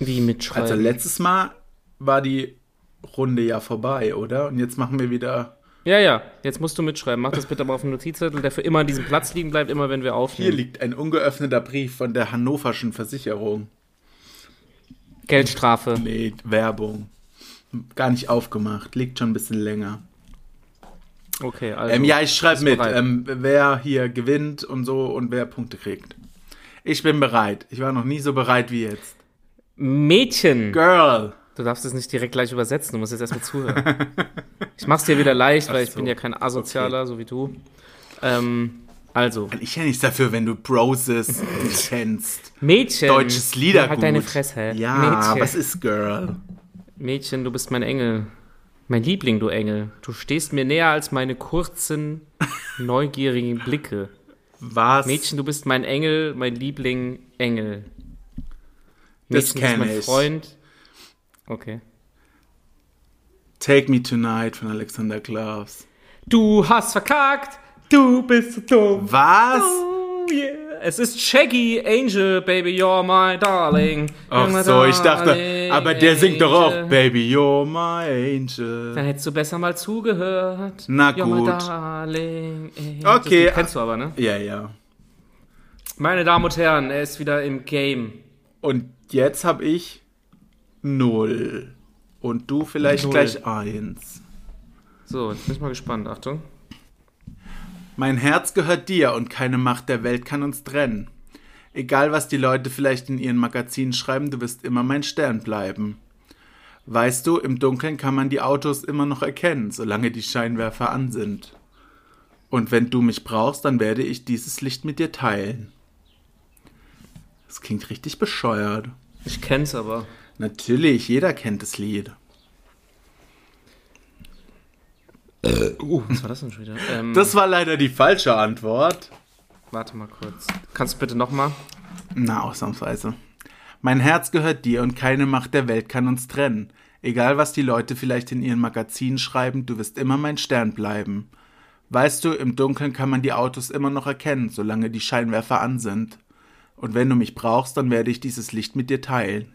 [SPEAKER 1] Wie mitschreiben?
[SPEAKER 2] Also letztes Mal war die Runde ja vorbei, oder? Und jetzt machen wir wieder.
[SPEAKER 1] ja, ja. Jetzt musst du mitschreiben. Mach das bitte aber auf dem Notizzettel, der für immer an diesem Platz liegen bleibt, immer wenn wir
[SPEAKER 2] Hier
[SPEAKER 1] aufnehmen.
[SPEAKER 2] liegt ein ungeöffneter Brief von der Hannoverschen Versicherung.
[SPEAKER 1] Geldstrafe.
[SPEAKER 2] Nee, Werbung. Gar nicht aufgemacht. Liegt schon ein bisschen länger.
[SPEAKER 1] Okay, also.
[SPEAKER 2] Ähm, ja, ich schreibe mit,
[SPEAKER 1] bereit?
[SPEAKER 2] ähm, wer hier gewinnt und so und wer Punkte kriegt. Ich bin bereit. Ich war noch nie so bereit wie jetzt.
[SPEAKER 1] Mädchen.
[SPEAKER 2] Girl.
[SPEAKER 1] Du darfst es nicht direkt gleich übersetzen, du musst jetzt erstmal zuhören. ich mach's dir wieder leicht, weil
[SPEAKER 2] Ach
[SPEAKER 1] ich bin
[SPEAKER 2] so,
[SPEAKER 1] ja kein Asozialer, so wie du. Ähm, also,
[SPEAKER 2] Ich kenne nichts dafür, wenn du Broses nicht kennst.
[SPEAKER 1] Mädchen.
[SPEAKER 2] Deutsches Liedergut.
[SPEAKER 1] Halt deine Fresse.
[SPEAKER 2] Ja,
[SPEAKER 1] Mädchen.
[SPEAKER 2] was ist Girl?
[SPEAKER 1] Mädchen, du bist mein Engel. Mein Liebling, du Engel. Du stehst mir näher als meine kurzen, neugierigen Blicke.
[SPEAKER 2] Was?
[SPEAKER 1] Mädchen, du bist mein Engel, mein Liebling, Engel.
[SPEAKER 2] Das
[SPEAKER 1] Mädchen,
[SPEAKER 2] kenn
[SPEAKER 1] du bist mein
[SPEAKER 2] ich.
[SPEAKER 1] Freund. Okay.
[SPEAKER 2] Take Me Tonight von Alexander Klaus.
[SPEAKER 1] Du hast verkackt. Du bist so dumm.
[SPEAKER 2] Was?
[SPEAKER 1] Oh yeah. Es ist Shaggy Angel, baby, you're my darling. You're my
[SPEAKER 2] Ach so, ich dachte,
[SPEAKER 1] darling
[SPEAKER 2] aber der singt doch
[SPEAKER 1] angel.
[SPEAKER 2] auch Baby, you're my angel.
[SPEAKER 1] Dann hättest du besser mal zugehört.
[SPEAKER 2] Na
[SPEAKER 1] You're my
[SPEAKER 2] gut.
[SPEAKER 1] darling angel.
[SPEAKER 2] Okay. ah.
[SPEAKER 1] Das kennst du aber, ne?
[SPEAKER 2] Ja, ja.
[SPEAKER 1] Meine Damen und Herren, er ist wieder im Game.
[SPEAKER 2] Und jetzt habe ich null. Und du vielleicht
[SPEAKER 1] Null.
[SPEAKER 2] gleich eins.
[SPEAKER 1] So, jetzt bin ich mal gespannt. Achtung.
[SPEAKER 2] Mein Herz gehört dir und keine Macht der Welt kann uns trennen. Egal, was die Leute vielleicht in ihren Magazinen schreiben, du wirst immer mein Stern bleiben. Weißt du, im Dunkeln kann man die Autos immer noch erkennen, solange die Scheinwerfer an sind. Und wenn du mich brauchst, dann werde ich dieses Licht mit dir teilen. Das klingt richtig bescheuert.
[SPEAKER 1] Ich kenn's aber.
[SPEAKER 2] Natürlich, jeder kennt das Lied.
[SPEAKER 1] Uh, was war das denn schon wieder? Ähm,
[SPEAKER 2] Das war leider die falsche Antwort.
[SPEAKER 1] warte mal kurz. Kannst du bitte nochmal?
[SPEAKER 2] Na, ausnahmsweise. Mein Herz gehört dir und keine Macht der Welt kann uns trennen. Egal, was die Leute vielleicht in ihren Magazinen schreiben, du wirst immer mein Stern bleiben. Weißt du, im Dunkeln kann man die Autos immer noch erkennen, solange die Scheinwerfer an sind. Und wenn du mich brauchst, dann werde ich dieses Licht mit dir teilen.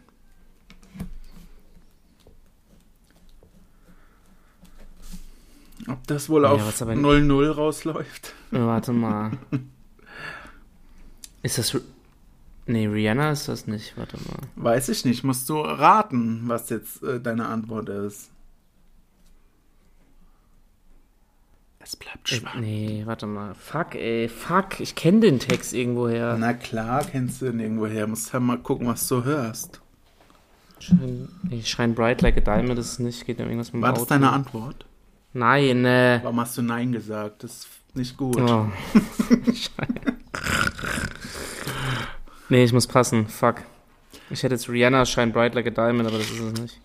[SPEAKER 2] Ob das wohl
[SPEAKER 1] Ja,
[SPEAKER 2] auf
[SPEAKER 1] was aber-
[SPEAKER 2] 0-0 rausläuft?
[SPEAKER 1] Äh, Warte mal. Ist das. R- Nee, Rihanna ist das nicht. Warte mal.
[SPEAKER 2] Weiß ich nicht. Musst du raten, was jetzt äh, deine Antwort ist. Es bleibt
[SPEAKER 1] Äh,
[SPEAKER 2] schwach.
[SPEAKER 1] Nee, warte mal. Fuck, ey. Fuck. Ich kenne den Text irgendwoher.
[SPEAKER 2] Na klar, kennst du ihn irgendwoher. Musst ja mal gucken, was du hörst.
[SPEAKER 1] Shine, nee, Shine Bright Like a Diamond ist es nicht. Geht um irgendwas mit dem
[SPEAKER 2] War das
[SPEAKER 1] Auto.
[SPEAKER 2] deine Antwort?
[SPEAKER 1] Nein, äh.
[SPEAKER 2] Warum hast du Nein gesagt? Das ist nicht gut.
[SPEAKER 1] Oh. Scheiße. nee, ich muss passen. Fuck. Ich hätte jetzt Rihanna Shine Bright Like a Diamond, aber das ist es nicht.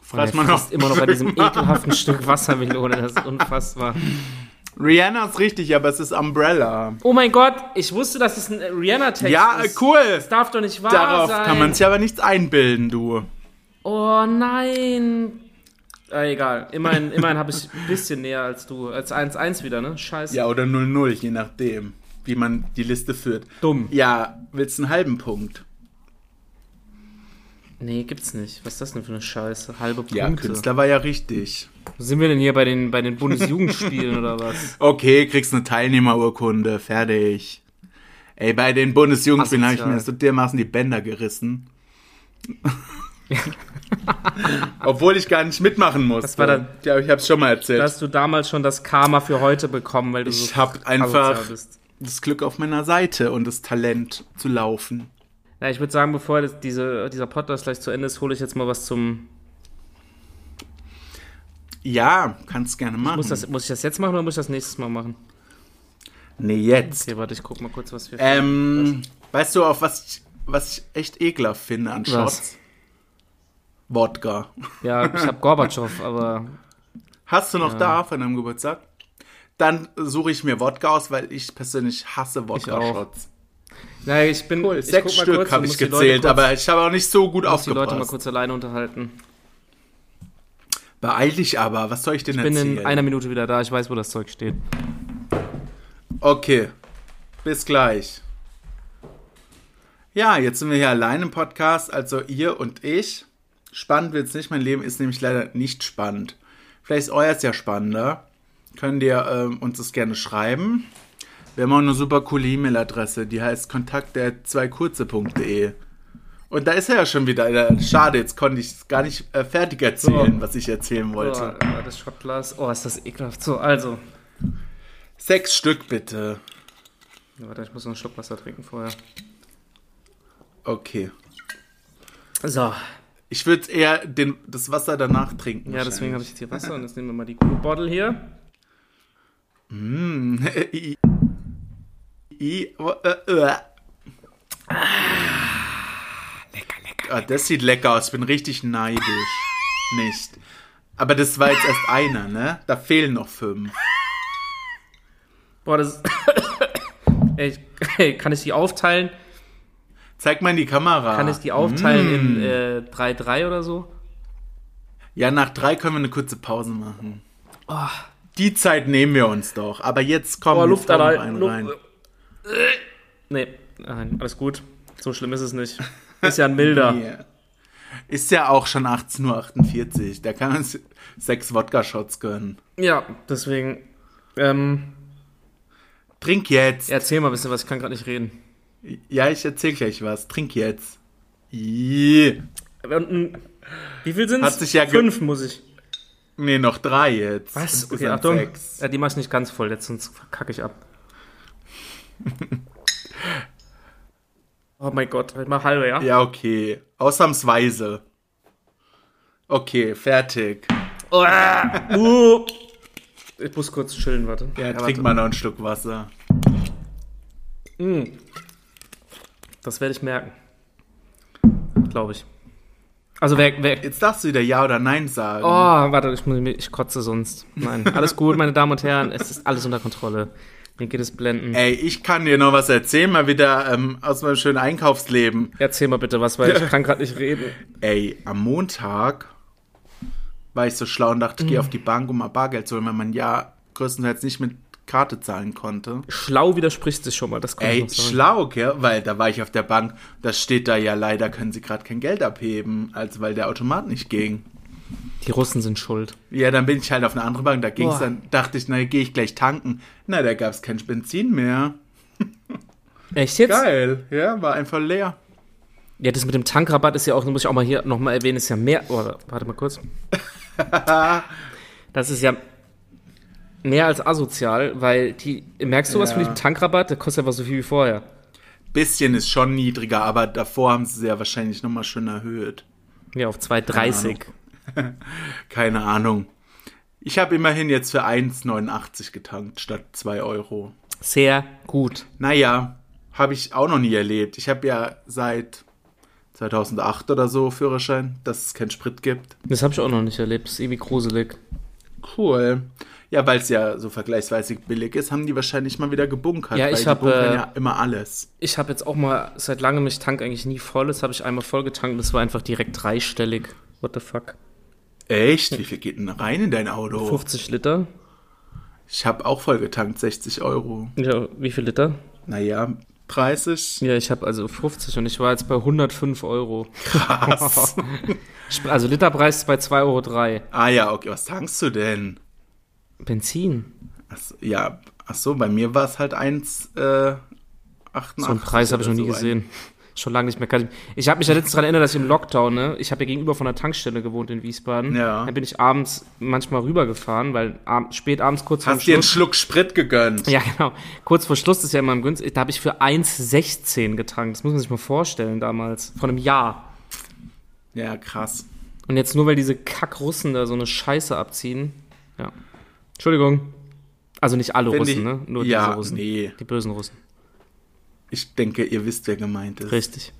[SPEAKER 2] Fress
[SPEAKER 1] Der
[SPEAKER 2] mal
[SPEAKER 1] frisst
[SPEAKER 2] noch.
[SPEAKER 1] immer noch an diesem ekelhaften Stück Wassermelone. Das ist unfassbar.
[SPEAKER 2] Rihanna ist richtig, aber es ist Umbrella.
[SPEAKER 1] Oh mein Gott, ich wusste, dass es ein Rihanna-Text
[SPEAKER 2] Ja, äh,
[SPEAKER 1] ist.
[SPEAKER 2] cool.
[SPEAKER 1] Das darf doch nicht wahr
[SPEAKER 2] Darauf
[SPEAKER 1] sein.
[SPEAKER 2] kann man sich aber nichts einbilden, du.
[SPEAKER 1] Oh nein. Ah, egal. Immerhin, immerhin habe ich ein bisschen näher als du. Als 1-1 wieder, ne? Scheiße.
[SPEAKER 2] Ja, oder 0-0, je nachdem, wie man die Liste führt.
[SPEAKER 1] Dumm.
[SPEAKER 2] Ja, willst einen halben Punkt?
[SPEAKER 1] Nee, gibt's nicht. Was ist das denn für eine Scheiße? Halbe Punkte.
[SPEAKER 2] Ja, Künstler war ja richtig.
[SPEAKER 1] Sind wir denn hier bei den, bei den Bundesjugendspielen oder was?
[SPEAKER 2] Okay, kriegst eine Teilnehmerurkunde, fertig. Ey, bei den Bundesjugendspielen habe ich
[SPEAKER 1] Asozial.
[SPEAKER 2] mir so dermaßen die Bänder gerissen. Obwohl ich gar nicht mitmachen musste.
[SPEAKER 1] Das war dann-
[SPEAKER 2] ja, ich hab's schon mal erzählt.
[SPEAKER 1] Da
[SPEAKER 2] Das,
[SPEAKER 1] hast du damals schon das Karma für heute bekommen, weil du so
[SPEAKER 2] ich hab einfach
[SPEAKER 1] asozial bist.
[SPEAKER 2] das Glück auf meiner Seite und das Talent zu laufen.
[SPEAKER 1] Ja, ich würde sagen, bevor das, diese, dieser Podcast gleich zu Ende ist, hole ich jetzt mal was zum.
[SPEAKER 2] Ja, kannst gerne machen.
[SPEAKER 1] Muss, das, muss ich das jetzt machen oder muss ich das nächstes Mal machen?
[SPEAKER 2] nee, jetzt.
[SPEAKER 1] Okay, warte, ich guck mal kurz, was wir.
[SPEAKER 2] Ähm, weißt du, auf was ich, was ich echt ekelhaft finde an Shots? Wodka.
[SPEAKER 1] Ja, ich habe Gorbatschow, aber
[SPEAKER 2] Hast du noch da von deinem Geburtstag? Dann suche ich mir Wodka aus, weil ich persönlich hasse Wodka-Shots.
[SPEAKER 1] Naja, ich bin. ich
[SPEAKER 2] Sechs
[SPEAKER 1] guck mal
[SPEAKER 2] Stück
[SPEAKER 1] kurz und
[SPEAKER 2] habe ich
[SPEAKER 1] muss die
[SPEAKER 2] gezählt,
[SPEAKER 1] Leute kurz,
[SPEAKER 2] aber ich habe auch nicht so gut
[SPEAKER 1] muss die Leute mal
[SPEAKER 2] aufgepasst.
[SPEAKER 1] kurz alleine unterhalten.
[SPEAKER 2] Beeil dich aber, was soll ich denn
[SPEAKER 1] Ich bin
[SPEAKER 2] erzählen?
[SPEAKER 1] in einer Minute wieder da, ich weiß, wo das Zeug steht.
[SPEAKER 2] okay, bis gleich. Ja, jetzt sind wir hier allein im Podcast, also ihr und ich. Spannend wird's nicht, mein Leben ist nämlich leider nicht spannend. Vielleicht ist euer ja spannender. Könnt ihr ähm, uns das gerne schreiben. Wir haben auch eine super coole E-Mail-Adresse, die heißt kontakt.zweikurze.de. Und da ist er ja schon wieder. Äh, Schade, jetzt konnte ich es gar nicht äh, fertig erzählen, was ich erzählen
[SPEAKER 1] Oh,
[SPEAKER 2] wollte.
[SPEAKER 1] äh, das Schottglas. Oh, ist das ekelhaft. So, also.
[SPEAKER 2] Sechs Stück bitte.
[SPEAKER 1] Warte, ich muss noch einen Schluck Wasser trinken vorher.
[SPEAKER 2] Okay.
[SPEAKER 1] So.
[SPEAKER 2] Ich würde eher den, das Wasser danach trinken.
[SPEAKER 1] Ja, deswegen habe ich jetzt hier Wasser und jetzt nehmen wir mal die gute Bottle hier.
[SPEAKER 2] wahrscheinlich. I- I- äh, äh. Ah, das sieht lecker aus. Ich bin richtig neidisch. Nicht. Aber das war jetzt erst einer, ne? Da fehlen noch fünf.
[SPEAKER 1] Boah, das ist. Ey, ich- Ey, kann ich die aufteilen?
[SPEAKER 2] Zeig mal in die Kamera.
[SPEAKER 1] Kann ich die aufteilen
[SPEAKER 2] Mm.
[SPEAKER 1] in äh, 3-3 oder so?
[SPEAKER 2] Ja, nach drei können wir eine kurze Pause machen. Die Zeit nehmen wir uns doch. Aber jetzt kommen
[SPEAKER 1] Oh. Boah,
[SPEAKER 2] jetzt
[SPEAKER 1] Luft
[SPEAKER 2] hauen wir
[SPEAKER 1] allein.
[SPEAKER 2] einen
[SPEAKER 1] Luft.
[SPEAKER 2] rein.
[SPEAKER 1] Nee, Ah, nein, alles gut. So schlimm ist es nicht. Ist ja ein milder.
[SPEAKER 2] Ja. Ist ja auch schon 18.48 Uhr. Da kann man s- sechs Wodka-Shots gönnen.
[SPEAKER 1] Ja, deswegen. Ähm,
[SPEAKER 2] Trink jetzt. Ja,
[SPEAKER 1] erzähl mal ein bisschen was, ich kann gerade nicht reden.
[SPEAKER 2] ich erzähl gleich was. Trink jetzt. Ih.
[SPEAKER 1] Und, ähm, wie viel sind
[SPEAKER 2] Hat
[SPEAKER 1] es?
[SPEAKER 2] sich ja ge-
[SPEAKER 1] Fünf muss ich.
[SPEAKER 2] Nee, noch drei jetzt.
[SPEAKER 1] Okay,
[SPEAKER 2] Insgesamt
[SPEAKER 1] Achtung.
[SPEAKER 2] sechs.
[SPEAKER 1] Ja, die mach ich nicht ganz voll, jetzt sonst kacke ich ab. oh mein Gott, ich mach halbe, ja?
[SPEAKER 2] Ja, okay. Ausnahmsweise. Okay, fertig.
[SPEAKER 1] Uah, uh. Ich muss kurz chillen, warte.
[SPEAKER 2] Ja, trink
[SPEAKER 1] warte.
[SPEAKER 2] mal noch einen Schluck Wasser.
[SPEAKER 1] Das werde ich merken. Glaube ich. Also wer, wer
[SPEAKER 2] Jetzt darfst du wieder Ja oder Nein sagen.
[SPEAKER 1] Oh, warte, ich, muss- ich kotze sonst. Nein, alles gut, meine Damen und Herren, es ist alles unter Kontrolle. Mir geht es blenden.
[SPEAKER 2] Ey, ich kann dir noch was erzählen, mal wieder ähm, aus meinem schönen Einkaufsleben.
[SPEAKER 1] Erzähl mal bitte was, weil ich kann gerade nicht reden.
[SPEAKER 2] Ey, am Montag war ich so schlau und dachte,
[SPEAKER 1] Mhm.
[SPEAKER 2] geh auf die Bank, um mal Bargeld zu holen, weil man ja größtenteils nicht mit Karte zahlen konnte.
[SPEAKER 1] Schlau widerspricht sich schon mal, das kann ich
[SPEAKER 2] Ey,
[SPEAKER 1] noch sagen.
[SPEAKER 2] schlau, gell? Weil da war ich auf der Bank, da steht da ja leider, können sie gerade kein Geld abheben, also weil der Automat nicht ging.
[SPEAKER 1] Die Russen sind schuld.
[SPEAKER 2] Ja, dann bin ich halt auf eine andere Bank, da ging's
[SPEAKER 1] Boah.
[SPEAKER 2] dann, dachte ich, na, gehe ich gleich tanken. Na, da gab's kein Benzin mehr.
[SPEAKER 1] Echt jetzt?
[SPEAKER 2] Geil, ja, war einfach leer.
[SPEAKER 1] Ja, das mit dem Tankrabatt ist ja auch, muss ich auch mal hier nochmal erwähnen, ist ja mehr. Oh, warte mal kurz. Das ist ja mehr als asozial, weil die. Merkst du was
[SPEAKER 2] Ja.
[SPEAKER 1] mit dem Tankrabatt? Der kostet einfach so viel wie vorher.
[SPEAKER 2] Bisschen ist schon niedriger, aber davor haben sie es ja wahrscheinlich nochmal schön erhöht.
[SPEAKER 1] Ja, auf 2,30.
[SPEAKER 2] Keine Ahnung. Ich habe immerhin jetzt für 1,89 getankt statt 2 Euro.
[SPEAKER 1] Sehr gut.
[SPEAKER 2] Naja, habe ich auch noch nie erlebt. Ich habe ja seit 2008 oder so Führerschein, dass es keinen Sprit gibt.
[SPEAKER 1] Das habe ich auch noch nicht erlebt. Das ist irgendwie gruselig.
[SPEAKER 2] Cool. Ja, weil es ja so vergleichsweise billig ist, haben die wahrscheinlich mal wieder gebunkert.
[SPEAKER 1] Ja,
[SPEAKER 2] weil
[SPEAKER 1] ich
[SPEAKER 2] die
[SPEAKER 1] hab,
[SPEAKER 2] bunkern
[SPEAKER 1] äh,
[SPEAKER 2] ja immer alles.
[SPEAKER 1] Ich habe jetzt auch mal seit langem, ich tank eigentlich nie voll. Das habe ich einmal voll getankt und das war einfach direkt dreistellig. What the fuck?
[SPEAKER 2] Echt? Wie viel geht denn rein in dein Auto?
[SPEAKER 1] 50 Liter?
[SPEAKER 2] Ich habe auch voll getankt, 60 Euro.
[SPEAKER 1] Ja, wie viel Liter?
[SPEAKER 2] Naja, 30.
[SPEAKER 1] Ja, ich habe also 50 und ich war jetzt bei 105 Euro.
[SPEAKER 2] Krass.
[SPEAKER 1] Sp- Also Literpreis ist bei 2,03 Euro.
[SPEAKER 2] ah ja, okay, was tankst du denn?
[SPEAKER 1] Benzin.
[SPEAKER 2] Ach, so, ja, ach so, bei mir war es halt 1, äh, 88.
[SPEAKER 1] So einen Preis habe ich noch nie
[SPEAKER 2] oder so.
[SPEAKER 1] gesehen. Schon lange nicht mehr. Kann ich ich habe mich ja letztens daran erinnert, dass ich im Lockdown, ne? Ich habe ja gegenüber von der Tankstelle gewohnt in Wiesbaden.
[SPEAKER 2] Ja.
[SPEAKER 1] Dann bin ich abends manchmal rübergefahren, weil ab, spät abends kurz vor
[SPEAKER 2] Hast dir einen Schluck Sprit gegönnt?
[SPEAKER 1] Ja, genau. Kurz vor Schluss ist ja immer im günstig. Da habe ich für 1,16 getankt. Das muss man sich mal vorstellen damals. Vor einem Jahr.
[SPEAKER 2] Ja, krass.
[SPEAKER 1] Und jetzt nur, weil diese Kackrussen da so eine Scheiße abziehen. Ja. Entschuldigung. Also nicht alle
[SPEAKER 2] Wenn
[SPEAKER 1] Russen,
[SPEAKER 2] die-
[SPEAKER 1] ne? Nur
[SPEAKER 2] ja,
[SPEAKER 1] diese Russen.
[SPEAKER 2] nee.
[SPEAKER 1] Die bösen Russen.
[SPEAKER 2] Ich denke, ihr wisst, wer gemeint ist.
[SPEAKER 1] Richtig.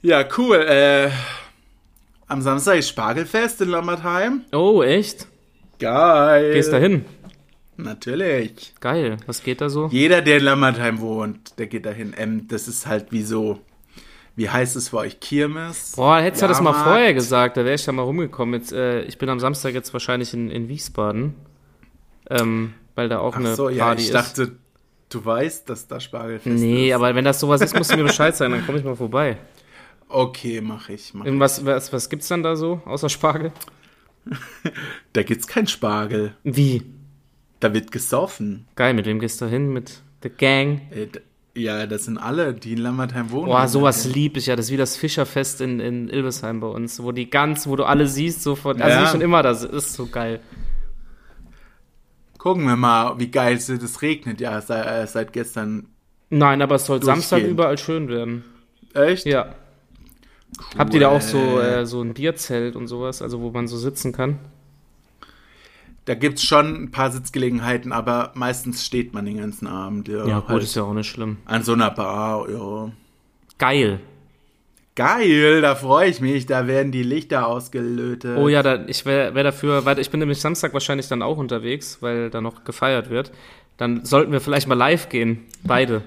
[SPEAKER 2] Ja, cool. Äh, am Samstag ist Spargelfest in Lammertheim.
[SPEAKER 1] Oh, echt?
[SPEAKER 2] Geil.
[SPEAKER 1] Gehst da hin?
[SPEAKER 2] Natürlich.
[SPEAKER 1] Geil. Was geht da so?
[SPEAKER 2] Jeder, der in Lammertheim wohnt, der geht dahin. Ähm, das ist halt wie so, wie heißt es für euch? Kirmes?
[SPEAKER 1] Boah, hättest du das mal
[SPEAKER 2] Jahrmarkt?
[SPEAKER 1] vorher gesagt, da wäre ich da mal rumgekommen. Jetzt, äh, ich bin am Samstag jetzt wahrscheinlich in, in Wiesbaden. Ähm, weil da auch
[SPEAKER 2] Ach
[SPEAKER 1] eine
[SPEAKER 2] so,
[SPEAKER 1] Party
[SPEAKER 2] ja, ich
[SPEAKER 1] ist.
[SPEAKER 2] dachte, du weißt, dass da Spargelfest
[SPEAKER 1] Nee,
[SPEAKER 2] ist.
[SPEAKER 1] aber wenn das sowas ist, musst du mir Bescheid sagen, dann komme ich mal vorbei.
[SPEAKER 2] Okay, mach ich. Mach. ich.
[SPEAKER 1] Und was, was, was gibt's dann da so, außer Spargel?
[SPEAKER 2] Da gibt's keinen Spargel.
[SPEAKER 1] Wie?
[SPEAKER 2] Da wird gesoffen.
[SPEAKER 1] Geil, mit wem gehst du hin? Mit The Gang?
[SPEAKER 2] Äh, d- Ja, das sind alle, die in Lammertheim wohnen.
[SPEAKER 1] Boah, sowas lieb ich ja. Das ist wie das Fischerfest in, in Ilvesheim bei uns, wo die ganz, wo du alle siehst, sofort. Also
[SPEAKER 2] Ja.
[SPEAKER 1] nicht schon immer, das ist so geil.
[SPEAKER 2] Gucken wir mal, wie geil es ist. Es regnet ja seit, äh, seit gestern.
[SPEAKER 1] Nein, aber es soll Samstag
[SPEAKER 2] Durchgehend.
[SPEAKER 1] überall schön werden.
[SPEAKER 2] Echt?
[SPEAKER 1] Ja. Habt ihr da auch so, äh, so ein Bierzelt und sowas, also wo man so sitzen kann?
[SPEAKER 2] Da gibt's schon ein paar Sitzgelegenheiten, aber meistens steht man den ganzen Abend. Ja, halt.
[SPEAKER 1] Ja, gut, ist ja auch nicht schlimm.
[SPEAKER 2] An so einer Bar, ja.
[SPEAKER 1] Geil.
[SPEAKER 2] Geil, da freue ich mich. Da werden die Lichter ausgelötet.
[SPEAKER 1] Oh ja, da, ich wäre wär dafür, weil ich bin nämlich Samstag wahrscheinlich dann auch unterwegs, weil da noch gefeiert wird. Dann sollten wir vielleicht mal live gehen, beide.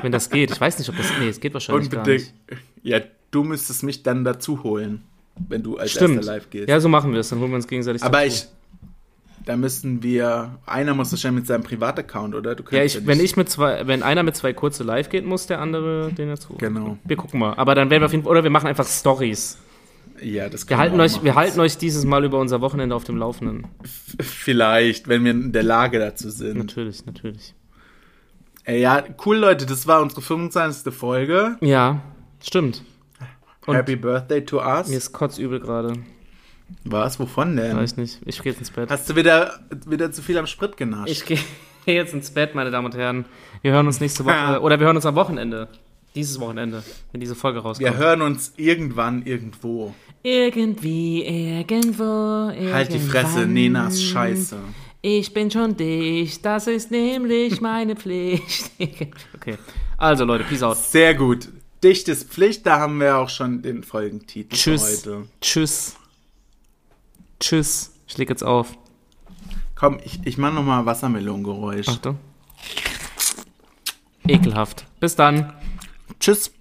[SPEAKER 1] Wenn das geht. Ich weiß nicht, ob das. Nee, es geht wahrscheinlich gar
[SPEAKER 2] Unbedingt.
[SPEAKER 1] nicht.
[SPEAKER 2] Ja, du müsstest mich dann dazu holen, wenn du als
[SPEAKER 1] Stimmt.
[SPEAKER 2] erster live gehst.
[SPEAKER 1] Ja, so machen wir es. Dann holen wir uns gegenseitig
[SPEAKER 2] aber
[SPEAKER 1] dazu.
[SPEAKER 2] ich. Da müssen wir. Einer muss wahrscheinlich mit seinem Privataccount, oder? Du kannst
[SPEAKER 1] Ja, ich, wenn
[SPEAKER 2] nicht-
[SPEAKER 1] ich mit zwei, wenn einer mit zwei kurze live geht, muss der andere den dazu.
[SPEAKER 2] Genau.
[SPEAKER 1] Wir gucken mal. Aber dann werden wir auf jeden Fall, oder wir machen einfach Stories.
[SPEAKER 2] Ja, das
[SPEAKER 1] Wir
[SPEAKER 2] können
[SPEAKER 1] halten
[SPEAKER 2] auch
[SPEAKER 1] euch,
[SPEAKER 2] Genau, machen.
[SPEAKER 1] wir halten euch dieses Mal über unser Wochenende auf dem Laufenden.
[SPEAKER 2] Vielleicht, wenn wir in der Lage dazu sind.
[SPEAKER 1] Natürlich, natürlich.
[SPEAKER 2] Ey, ja, cool, Leute, das war unsere 25. Folge.
[SPEAKER 1] Ja, stimmt. Und-
[SPEAKER 2] Happy Birthday to us.
[SPEAKER 1] Mir ist kotzübel gerade.
[SPEAKER 2] Was? Wovon denn?
[SPEAKER 1] Weiß nicht. Ich gehe jetzt ins Bett.
[SPEAKER 2] Hast du wieder, wieder zu viel am Sprit genascht?
[SPEAKER 1] Ich gehe jetzt ins Bett, meine Damen und Herren. Wir hören uns nächste Woche oder wir hören uns am Wochenende. Dieses Wochenende, wenn diese Folge rauskommt.
[SPEAKER 2] wir hören uns irgendwann irgendwo.
[SPEAKER 4] Irgendwie, irgendwo, irgendwann.
[SPEAKER 2] Halt die Fresse, Nenas Scheiße.
[SPEAKER 4] Ich bin schon dicht, das ist nämlich meine Pflicht.
[SPEAKER 1] Okay. Also Leute, peace out.
[SPEAKER 2] Sehr gut. Dicht ist Pflicht, da haben wir auch schon den Folgentitel
[SPEAKER 1] Tschüss.
[SPEAKER 2] für heute.
[SPEAKER 1] Tschüss. Tschüss. Ich leg jetzt auf.
[SPEAKER 2] Komm, ich, ich mache nochmal Wassermelonengeräusch.
[SPEAKER 1] Achtung. Ekelhaft. Bis dann.
[SPEAKER 2] Tschüss.